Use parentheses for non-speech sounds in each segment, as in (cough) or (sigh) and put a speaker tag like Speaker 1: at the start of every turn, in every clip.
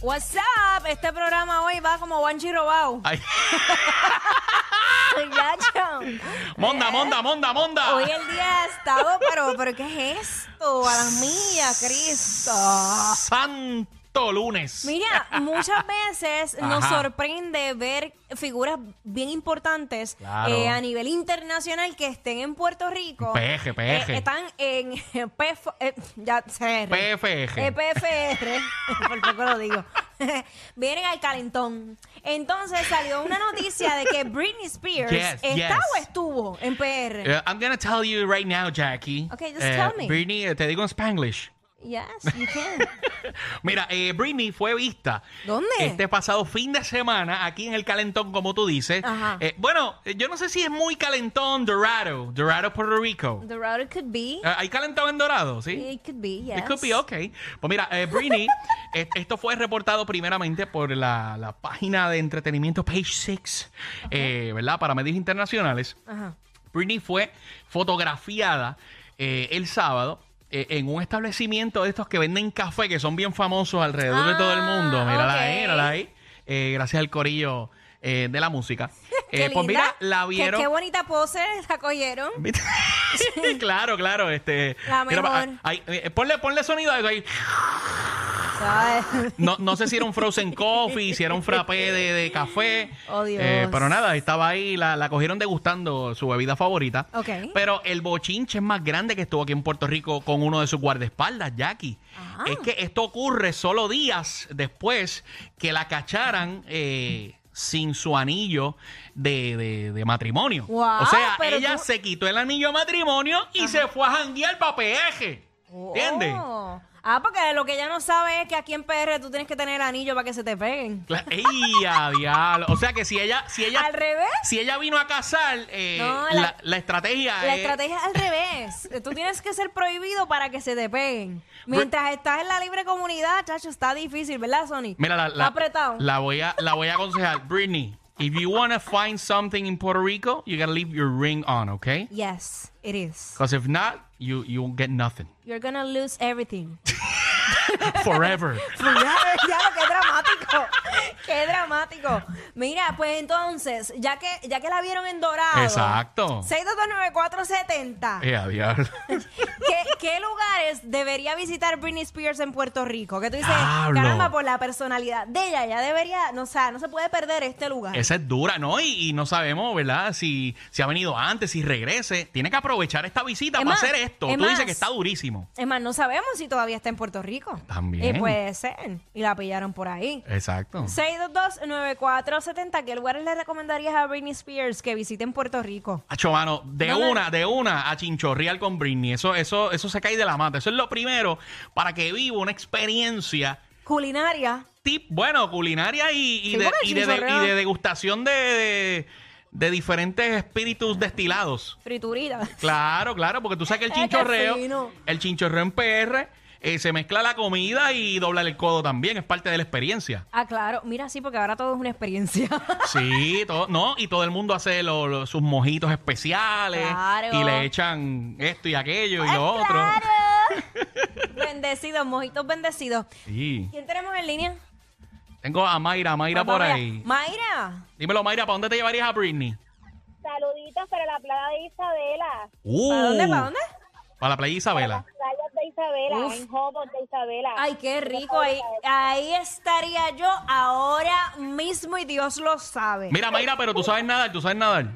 Speaker 1: What's up? Este programa hoy va como Banchi (laughs) Robao.
Speaker 2: Ay.
Speaker 1: Muchacho.
Speaker 2: Monda, monda, monda, monda.
Speaker 1: ¿Eh? Hoy el día ha estado, pero, pero ¿qué es esto? A las millas, Cristo.
Speaker 2: Santo lunes.
Speaker 1: (laughs) Mira, muchas veces nos
Speaker 2: Ajá.
Speaker 1: sorprende ver figuras bien importantes
Speaker 2: Claro.
Speaker 1: eh, a nivel internacional que estén en Puerto Rico.
Speaker 2: Peje, peje.
Speaker 1: Eh, están en (laughs) PF, eh, ya CR.
Speaker 2: PFG.
Speaker 1: Eh, PFR, (laughs) por poco lo digo. (laughs) Vienen al calentón. Entonces salió una noticia de que Britney Spears
Speaker 2: Yes,
Speaker 1: está
Speaker 2: yes.
Speaker 1: o estuvo en PR.
Speaker 2: Uh, I'm gonna tell you right now, Jackie.
Speaker 1: Okay, just
Speaker 2: Eh,
Speaker 1: tell me.
Speaker 2: Britney, eh, te digo en Spanglish. (laughs)
Speaker 1: Yes, you can.
Speaker 2: Mira, eh, Britney fue vista.
Speaker 1: ¿Dónde?
Speaker 2: Este pasado fin de semana, aquí en el calentón, como tú dices.
Speaker 1: Ajá.
Speaker 2: Eh, bueno, eh, yo no sé si es muy calentón Dorado, Dorado, Puerto Rico.
Speaker 1: The router could be.
Speaker 2: Eh, ¿Hay calentón en Dorado? Sí.
Speaker 1: It could be, yes.
Speaker 2: It could be okay. Pues mira, eh,
Speaker 1: (laughs)
Speaker 2: Britney, eh, esto fue reportado primeramente por la, la página de entretenimiento Page Six, eh, ¿verdad? Para medios internacionales.
Speaker 1: Ajá.
Speaker 2: Britney fue fotografiada eh, el sábado eh, en un establecimiento de estos que venden café, que son bien famosos alrededor de todo el mundo.
Speaker 1: Ah,
Speaker 2: Mírala
Speaker 1: ok.
Speaker 2: ahí, mírala ahí. Eh, gracias al corillo eh, de la música.
Speaker 1: (laughs) Qué
Speaker 2: Eh, pues
Speaker 1: linda.
Speaker 2: mira, la
Speaker 1: Qué-
Speaker 2: vieron.
Speaker 1: Qué, bonita pose (laughs) la cogieron.
Speaker 2: ¿Viste? (laughs) claro, claro, este.
Speaker 1: La
Speaker 2: mira, pa-
Speaker 1: mejor.
Speaker 2: ahí, eh, ponle, ponle sonido a eso ahí.
Speaker 1: ¿sabes?
Speaker 2: No, no sé si era un frozen coffee, si era un frappé de, de café.
Speaker 1: Oh, Dios.
Speaker 2: Eh, pero nada, estaba ahí, la, la cogieron degustando su bebida favorita.
Speaker 1: Ok.
Speaker 2: Pero el bochinche es más grande que estuvo aquí en Puerto Rico con uno de sus guardaespaldas, Jackie.
Speaker 1: Ajá.
Speaker 2: Es que esto ocurre solo días después que la cacharan eh, sin su anillo de, de- de matrimonio.
Speaker 1: Guau,
Speaker 2: o sea,
Speaker 1: pero
Speaker 2: ella
Speaker 1: tú-
Speaker 2: se quitó el anillo de matrimonio y se fue a janguear para peaje. (laughs) ¿Entiendes?
Speaker 1: Oh. Ah, porque lo que ella no sabe es que aquí en PR tú tienes que tener anillo para que se te peguen.
Speaker 2: Cla- ¡Ey, a diablo! O sea que si ella, si ella,
Speaker 1: ¿Al revés?
Speaker 2: si ella vino a casar, eh,
Speaker 1: No,
Speaker 2: la,
Speaker 1: la-
Speaker 2: la estrategia
Speaker 1: La
Speaker 2: es-
Speaker 1: estrategia es al
Speaker 2: (laughs)
Speaker 1: revés. Tú tienes que ser prohibido para que se te peguen. Mientras estás en la libre comunidad, chacho, está difícil, ¿verdad, Sony?
Speaker 2: Mira, la,
Speaker 1: Está
Speaker 2: la,
Speaker 1: apretado.
Speaker 2: la voy a, la voy a aconsejar, Britney. If you want to find something in Puerto Rico, you gotta leave your ring on, okay?
Speaker 1: Yes, it is.
Speaker 2: Because if not, you you won't get nothing
Speaker 1: You're gonna lose
Speaker 2: (laughs)
Speaker 1: everything. (laughs)
Speaker 2: forever. (laughs)
Speaker 1: Pues ya, ya, qué dramático. Qué dramático. Mira, pues entonces, ya que, ya que la vieron en dorado.
Speaker 2: Exacto.
Speaker 1: 6229470.
Speaker 2: ¡Eh, a diablo!
Speaker 1: ¿Qué, qué lugares debería visitar Britney Spears en Puerto Rico? Que tú dices,
Speaker 2: Diablo.
Speaker 1: caramba, por la personalidad de ella, ya debería, no, o sea, no se puede perder este lugar.
Speaker 2: Esa es dura, ¿no? Y, y no sabemos, ¿verdad? Si, si ha venido antes, si regrese. Tiene que aprovechar esta visita
Speaker 1: Es
Speaker 2: para
Speaker 1: más,
Speaker 2: hacer esto.
Speaker 1: es
Speaker 2: Tú dices
Speaker 1: más.
Speaker 2: que está durísimo.
Speaker 1: Es más, no sabemos si todavía está en Puerto Rico.
Speaker 2: También.
Speaker 1: Eh, puede ser. Y la pillaron por ahí.
Speaker 2: Exacto.
Speaker 1: 622-9470. ¿Qué lugares le recomendarías a Britney Spears que visite en Puerto Rico?
Speaker 2: Acho, mano, de
Speaker 1: No me-
Speaker 2: una, de una a chinchorrear con Britney. Eso, eso, eso se cae de la mata. Eso es lo primero para que viva una experiencia
Speaker 1: Culinaria.
Speaker 2: tip, bueno, culinaria y, y
Speaker 1: Sí,
Speaker 2: de,
Speaker 1: porque el
Speaker 2: y de-
Speaker 1: chinchorreo-
Speaker 2: y de degustación de, de- de diferentes espíritus destilados.
Speaker 1: Friturita. (laughs)
Speaker 2: Claro, claro, porque tú sabes que el
Speaker 1: Ay, qué
Speaker 2: chinchorreo,
Speaker 1: fino.
Speaker 2: el chinchorreo en PR, eh, se mezcla la comida y dobla el codo también. Es parte de la experiencia.
Speaker 1: Ah, claro. Mira, sí, porque ahora todo es una experiencia. (laughs)
Speaker 2: Sí, todo, no, y todo el mundo hace lo- lo- sus mojitos especiales
Speaker 1: Claro.
Speaker 2: y le echan esto y aquello y
Speaker 1: Ah,
Speaker 2: lo otro. (laughs)
Speaker 1: claro. bendecidos, mojitos bendecidos.
Speaker 2: Sí.
Speaker 1: ¿Quién tenemos en línea?
Speaker 2: Tengo a Mayra, Mayra
Speaker 1: Vamos
Speaker 2: por
Speaker 1: allá.
Speaker 2: ahí.
Speaker 1: Mayra.
Speaker 2: Dímelo, Mayra, ¿para dónde te llevarías a Britney?
Speaker 3: Saluditos para la playa de Isabela,
Speaker 1: ¿Para dónde? ¿Para dónde?
Speaker 2: Uh, Para la playa Isabela.
Speaker 3: playas de Isabela,
Speaker 1: Uf.
Speaker 3: en Hobart de Isabela.
Speaker 1: Ay, qué rico. Ahí, ahí estaría yo ahora mismo y Dios lo sabe.
Speaker 2: Mira, Mayra, pero tú sabes nadar, tú sabes nadar.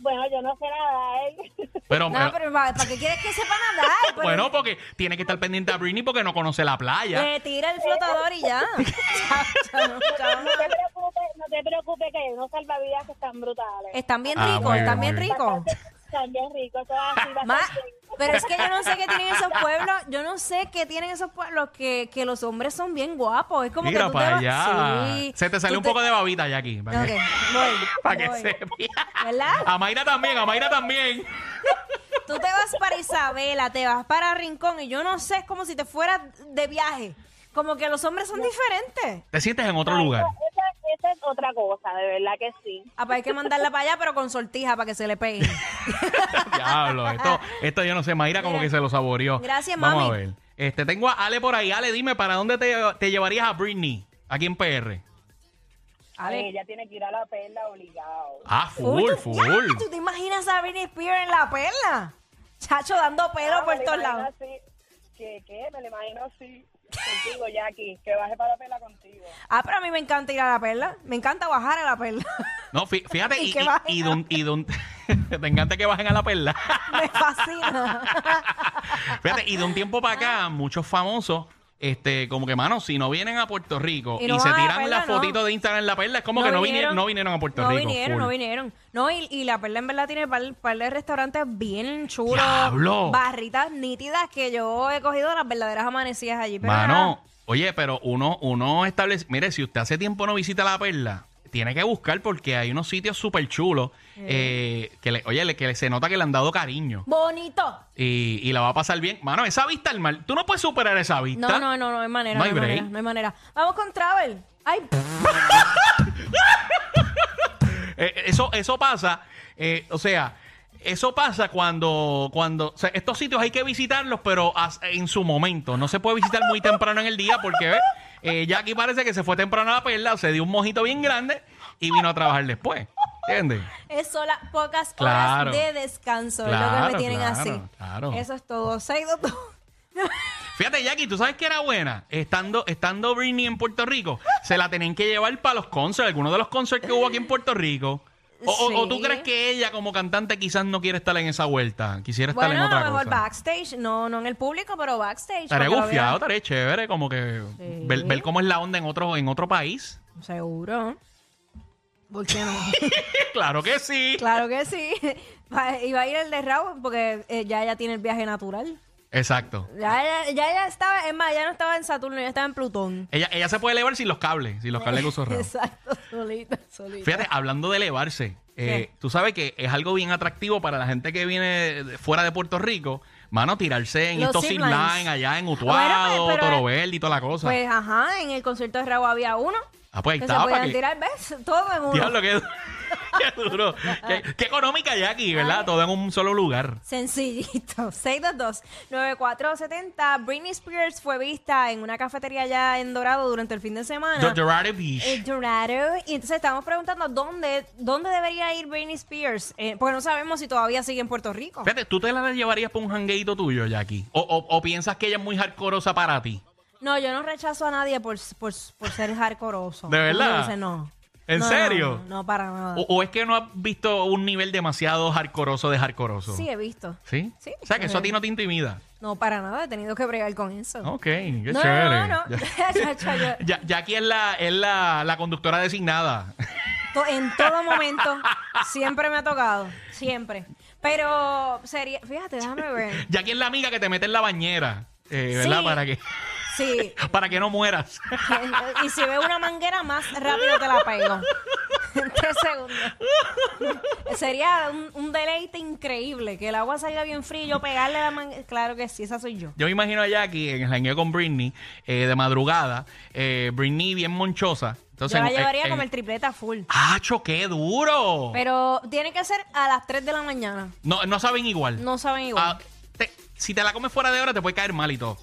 Speaker 3: Bueno, yo no sé nada,
Speaker 2: Pero,
Speaker 1: No, pero ¿para para qué quieres que Pues, sepa
Speaker 2: (laughs)
Speaker 1: nadar? Pero
Speaker 2: bueno, porque tiene que estar pendiente a Britney porque no conoce la playa.
Speaker 1: le tira el flotador y
Speaker 2: (laughs)
Speaker 1: ya. Chao, chao, chao.
Speaker 3: (laughs) No te preocupes, no te preocupes que hay unos salvavidas que están brutales.
Speaker 1: Están bien
Speaker 2: Ah,
Speaker 1: ricos,
Speaker 2: muy bien,
Speaker 1: están
Speaker 2: muy
Speaker 1: bien
Speaker 2: bien.
Speaker 1: ricos.
Speaker 3: Están bien ricos, todo así bastante
Speaker 1: Ma,
Speaker 3: bien.
Speaker 1: pero es que yo no sé qué tienen esos pueblos, yo no sé qué tienen esos pueblos que, que los hombres son bien guapos. Es como que
Speaker 2: Mira
Speaker 1: tú
Speaker 2: para
Speaker 1: te
Speaker 2: allá.
Speaker 1: vas- Sí.
Speaker 2: Se te salió
Speaker 1: Tú
Speaker 2: un poco de babita ya aquí. Para
Speaker 1: Ok,
Speaker 2: (laughs) que,
Speaker 1: voy,
Speaker 2: para que
Speaker 1: voy.
Speaker 2: sepa.
Speaker 1: ¿Verdad?
Speaker 2: A Mayra también, a Mayra también.
Speaker 1: Tú te vas para Isabela, te vas para Rincón y yo no sé, es como si te fueras de viaje. Como que los hombres son diferentes.
Speaker 2: Te sientes en otro
Speaker 3: Ay,
Speaker 2: lugar.
Speaker 3: Esa, esa es otra cosa, de verdad que sí.
Speaker 1: Ah, pues hay que mandarla para allá, pero con sortija para que se le pegue.
Speaker 2: (laughs) Diablo, esto, esto yo no sé, Mayra como
Speaker 1: Mira.
Speaker 2: que se lo saboreó.
Speaker 1: Gracias,
Speaker 2: Vamos
Speaker 1: mami.
Speaker 2: a ver. Este, tengo a Ale por ahí. Ale, dime, ¿para dónde te, te llevarías a Britney? Aquí en PR.
Speaker 1: Ale.
Speaker 3: Ella tiene que ir a la perla obligado.
Speaker 2: Ah, full,
Speaker 1: Oye, (laughs)
Speaker 2: full.
Speaker 1: ya, ¿Tú te imaginas a Britney Spears en la perla? Chacho, dando pelo
Speaker 3: Ah,
Speaker 1: por
Speaker 3: me
Speaker 1: todos
Speaker 3: lo
Speaker 1: lados.
Speaker 3: imagino así. ¿Qué, ¿Qué? Me lo imagino así. Contigo, Jackie. Que baje para la perla contigo.
Speaker 1: Ah, pero a mí me encanta ir a la perla. Me encanta bajar a la perla. (laughs)
Speaker 2: No, fí- fíjate,
Speaker 1: Y
Speaker 2: y,
Speaker 1: que
Speaker 2: y-
Speaker 1: bajen
Speaker 2: y
Speaker 1: a-
Speaker 2: don- y don- (laughs) te encanta que bajen a la perla. (laughs)
Speaker 1: me fascina.
Speaker 2: Fíjate, y de un tiempo para
Speaker 1: Ah.
Speaker 2: acá, muchos famosos, este, como que, mano, si no vienen a Puerto Rico
Speaker 1: Y
Speaker 2: y,
Speaker 1: no
Speaker 2: se
Speaker 1: van a la
Speaker 2: tiran
Speaker 1: perla,
Speaker 2: las
Speaker 1: no.
Speaker 2: fotitos de Instagram en la perla, es como que no vinieron, no vinieron a Puerto
Speaker 1: no
Speaker 2: Rico.
Speaker 1: vinieron,
Speaker 2: full.
Speaker 1: no vinieron. No, y, y la perla en verdad tiene par, par de restaurantes bien chulos.
Speaker 2: ¡Diablo!
Speaker 1: Barritas nítidas que yo he cogido las verdaderas amanecidas allí. Pero
Speaker 2: Mano, oye, pero uno, uno establece, mire, si usted hace tiempo no visita la perla, tiene que buscar porque hay unos sitios súper chulos eh, que le, oye, le- que se nota que le han dado cariño.
Speaker 1: Bonito.
Speaker 2: Y, y la va a pasar bien. Mano, esa vista al mar. Tú no puedes superar esa vista.
Speaker 1: No, no, no, no hay manera.
Speaker 2: No
Speaker 1: No
Speaker 2: hay
Speaker 1: hay,
Speaker 2: break.
Speaker 1: manera, no hay manera. Vamos con Travel. Ay,
Speaker 2: Eh, eh, eso, eso pasa, eh, o sea, eso pasa cuando, cuando o sea, estos sitios hay que visitarlos, pero as- en su momento. No se puede visitar muy temprano en el día porque ¿ves? Eh, Jackie parece que se fue temprano a la perla, se dio un mojito bien grande y vino a trabajar después. ¿Entiendes?
Speaker 1: es sola, pocas
Speaker 2: Claro.
Speaker 1: horas de descanso. es lo que
Speaker 2: Claro,
Speaker 1: me tienen
Speaker 2: claro,
Speaker 1: así.
Speaker 2: claro.
Speaker 1: Eso es todo. Se ha ido
Speaker 2: (laughs)
Speaker 1: todo.
Speaker 2: Fíjate, Jackie, tú sabes que era buena. Estando, estando Britney en Puerto Rico, se la tenían que llevar para los concerts, algunos de los concerts que hubo aquí en Puerto Rico. O, o- o tú
Speaker 1: Sí.
Speaker 2: crees que ella como cantante quizás no quiere estar en esa vuelta, quisiera estar
Speaker 1: Bueno,
Speaker 2: en otra
Speaker 1: a lo mejor
Speaker 2: cosa.
Speaker 1: backstage. No, no en el público, pero backstage.
Speaker 2: Estaré
Speaker 1: para que lo
Speaker 2: gufiado, estaré chévere, como que
Speaker 1: Sí.
Speaker 2: ver, ver cómo es la onda en otro, en otro país. (laughs)
Speaker 1: vean. Seguro. ¿Por qué no?
Speaker 2: claro que sí.
Speaker 1: claro que sí. (laughs) Va- Iba a ir el de Raúl porque eh, ya ella tiene el viaje natural.
Speaker 2: Exacto.
Speaker 1: Ya ella, ya ella estaba, es más, ya no estaba en Saturno, ya estaba en Plutón.
Speaker 2: Ella, ella se puede elevar sin los cables, sin los cables que usó Raúl.
Speaker 1: Exacto, (laughs) solita, solita.
Speaker 2: Fíjate, hablando de elevarse, eh, tú sabes que es algo bien atractivo para la gente que viene de- fuera de Puerto Rico, mano, tirarse en
Speaker 1: Los
Speaker 2: estos
Speaker 1: zip
Speaker 2: zip
Speaker 1: lines.
Speaker 2: line allá en
Speaker 1: Bueno,
Speaker 2: Utuado,
Speaker 1: pues, pero-
Speaker 2: Toro Verde y toda la cosa.
Speaker 1: Pues ajá, en el concierto de Raúl había uno.
Speaker 2: ah, pues ahí
Speaker 1: Que se
Speaker 2: estaba para
Speaker 1: podían
Speaker 2: que...
Speaker 1: tirar, ¿ves? (laughs) Todo en uno.
Speaker 2: Diablo, qué, du- (laughs) qué duro. qué, qué económica ya aquí, ¿verdad? Todo en un solo lugar.
Speaker 1: Sencillito. (laughs) 622-9470. Britney Spears fue vista en una cafetería allá en Dorado durante el fin de semana.
Speaker 2: The Dorado Beach.
Speaker 1: Eh, Dorado. Y entonces estamos preguntando dónde, dónde debería ir Britney Spears. Eh, porque no sabemos si todavía sigue en Puerto Rico.
Speaker 2: Fíjate, ¿tú te la llevarías para un jangueito tuyo, Jackie? ¿O, o, o piensas que ella es muy hardcoreosa para ti?
Speaker 1: No, yo no rechazo a nadie por, por, por ser hardcoreoso.
Speaker 2: ¿De verdad?
Speaker 1: Entonces, no.
Speaker 2: ¿En
Speaker 1: No, no,
Speaker 2: serio?
Speaker 1: No, no, para nada.
Speaker 2: ¿O, o es que no has visto un nivel demasiado hardcoreoso de hardcoreoso?
Speaker 1: Sí, he visto.
Speaker 2: ¿Sí?
Speaker 1: Sí.
Speaker 2: O sea, que eso a ti no te intimida.
Speaker 1: No, para nada. He tenido que bregar con eso.
Speaker 2: Ok, qué
Speaker 1: no,
Speaker 2: chévere.
Speaker 1: no, no, no. (laughs) Chacho, yo-
Speaker 2: Ya- Jackie es la, es la, la conductora designada. (laughs)
Speaker 1: To- en todo momento. Siempre me ha tocado. Siempre. Pero sería. Fíjate, déjame ver.
Speaker 2: Jackie es la amiga que te mete en la bañera, eh, ¿verdad?
Speaker 1: Sí.
Speaker 2: Para, que, (laughs)
Speaker 1: Sí.
Speaker 2: para que no mueras. (laughs)
Speaker 1: (laughs) Y si veo una manguera, más rápido te la pego. (laughs) En tres segundos. Sería un, un deleite increíble. Que el agua salga bien fría y yo pegarle la manguera. Claro que sí, esa soy yo.
Speaker 2: Yo me imagino a Jackie en el jangueo con Britney eh, de madrugada. eh, Britney bien monchosa. Entonces,
Speaker 1: yo la
Speaker 2: en-
Speaker 1: llevaría
Speaker 2: en- Ah,
Speaker 1: como el tripleta full.
Speaker 2: ¡Acho, qué duro!
Speaker 1: Pero tiene que ser a las 3 de la mañana.
Speaker 2: No, no saben igual.
Speaker 1: No saben igual.
Speaker 2: Ah, te- si te la comes fuera de hora, te puede caer mal y todo.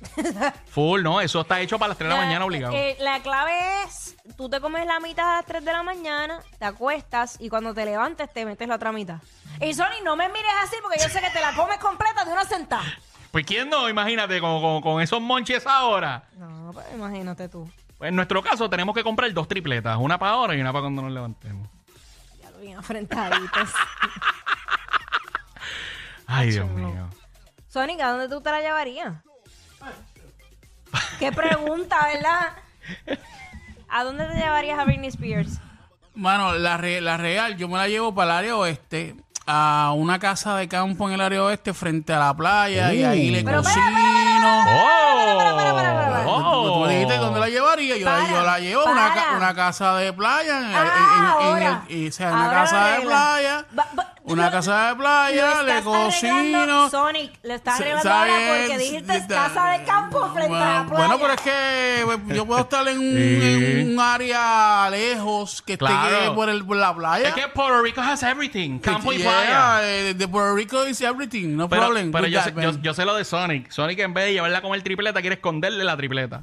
Speaker 2: (laughs) Full, no, eso está hecho para las 3 de la mañana obligado.
Speaker 1: eh, la clave es, tú te comes la mitad a las 3 de la mañana, te acuestas y cuando te levantes te metes la otra mitad. Y Sony, no me mires así porque yo sé que te la comes completa de una sentada.
Speaker 2: Pues quién no, imagínate, con, con- con esos monches ahora.
Speaker 1: No, pues imagínate tú.
Speaker 2: Pues en nuestro caso tenemos que comprar dos tripletas, una para ahora y una para cuando nos levantemos.
Speaker 1: Ya lo bien afrentaditos.
Speaker 2: Ay, Dios mío.
Speaker 1: (laughs) Sonic, ¿a dónde tú te la llevarías? Qué pregunta, ¿verdad? ¿A dónde te llevarías a Britney Spears?
Speaker 4: Mano, la, re- la real, yo me la llevo para el área oeste, a una casa de campo en el área oeste frente a la playa y ahí le
Speaker 1: Pero,
Speaker 4: cocino.
Speaker 1: pero, pero,
Speaker 2: ¡Oh!
Speaker 1: para, para, para, para, para.
Speaker 4: Tú- Tú me dijiste dónde la llevaría, yo, la-
Speaker 1: Para,
Speaker 4: yo la llevo a una, ca-
Speaker 1: para.
Speaker 4: una casa de playa, en, el-
Speaker 1: Ah,
Speaker 4: en- en- en
Speaker 1: ahora.
Speaker 4: el- y, o sea, en una
Speaker 1: Ahora
Speaker 4: casa de
Speaker 1: arregla.
Speaker 4: playa,
Speaker 1: Va- va-
Speaker 4: Una casa de
Speaker 1: Lo
Speaker 4: playa,
Speaker 1: estás
Speaker 4: le
Speaker 1: arreglando,
Speaker 4: cocino.
Speaker 1: Sonic, lo estás
Speaker 4: Se-
Speaker 1: arreglando
Speaker 4: sabe,
Speaker 1: ahora porque dijiste
Speaker 4: es-
Speaker 1: casa de campo frente
Speaker 4: bueno,
Speaker 1: a la playa.
Speaker 4: Bueno, pero es que pues, yo puedo estar en un,
Speaker 2: Sí.
Speaker 4: en un área lejos que esté
Speaker 2: Claro.
Speaker 4: por, el, por la playa.
Speaker 2: Es que Puerto Rico has everything. Campo y
Speaker 4: Yeah,
Speaker 2: playa.
Speaker 4: eh, de Puerto Rico is everything, no
Speaker 2: Pero,
Speaker 4: problem.
Speaker 2: pero
Speaker 4: Good
Speaker 2: yo,
Speaker 4: that,
Speaker 2: sé, yo,
Speaker 4: man.
Speaker 2: yo sé lo de Sonic. Sonic en vez de llevarla con el tripleta quiere esconderle la tripleta.
Speaker 5: (laughs)